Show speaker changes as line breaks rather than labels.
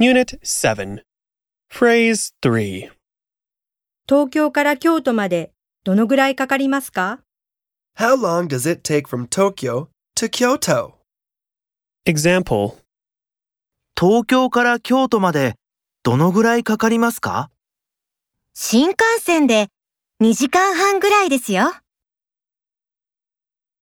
Unit 7. Phrase 3.
東京から京都までどのぐらいかかりますか
How long does it take from Tokyo to Kyoto?
Example
東京から京都までどのぐらいかかりますか
新幹線で2時間半ぐらいですよ。